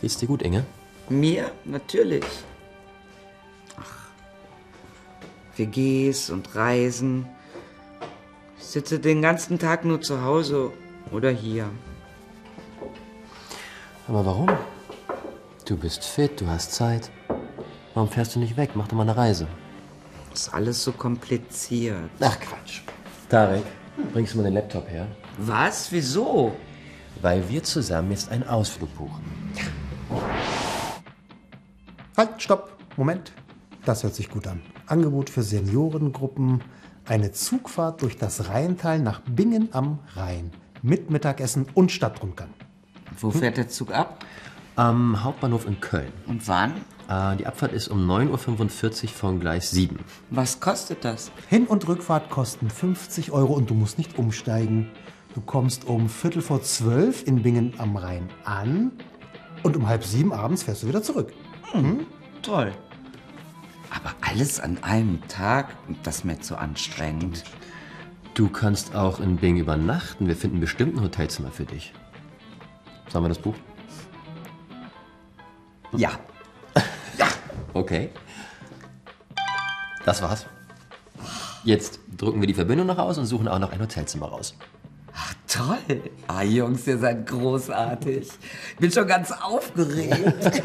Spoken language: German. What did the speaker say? Geht's dir gut, Inge? Mir? Natürlich. Ach. WGs und Reisen. Ich sitze den ganzen Tag nur zu Hause oder hier. Aber warum? Du bist fit, du hast Zeit. Warum fährst du nicht weg? Mach doch mal eine Reise. Ist alles so kompliziert. Ach Quatsch. Tarek, bringst du mal den Laptop her? Was? Wieso? Weil wir zusammen jetzt einen Ausflug buchen. Halt, stopp, Moment. Das hört sich gut an. Angebot für Seniorengruppen. Eine Zugfahrt durch das Rheintal nach Bingen am Rhein. Mit Mittagessen und Stadtrundgang. Wo fährt der Zug ab? Am Hauptbahnhof in Köln. Und wann? Äh, die Abfahrt ist um 9.45 Uhr von Gleis 7. Was kostet das? Hin- und Rückfahrt kosten 50 Euro und du musst nicht umsteigen. Du kommst um Viertel vor zwölf in Bingen am Rhein an und um halb sieben abends fährst du wieder zurück. Toll. Aber alles an einem Tag, das ist mir zu anstrengend. Du kannst auch in Bingen übernachten. Wir finden bestimmt ein Hotelzimmer für dich. Sollen wir das Buch? Ja, Okay. Das war's. Jetzt drücken wir die Verbindung noch aus und suchen auch noch ein Hotelzimmer raus. toll. Ah, Jungs, ihr seid großartig. Ich bin schon ganz aufgeregt.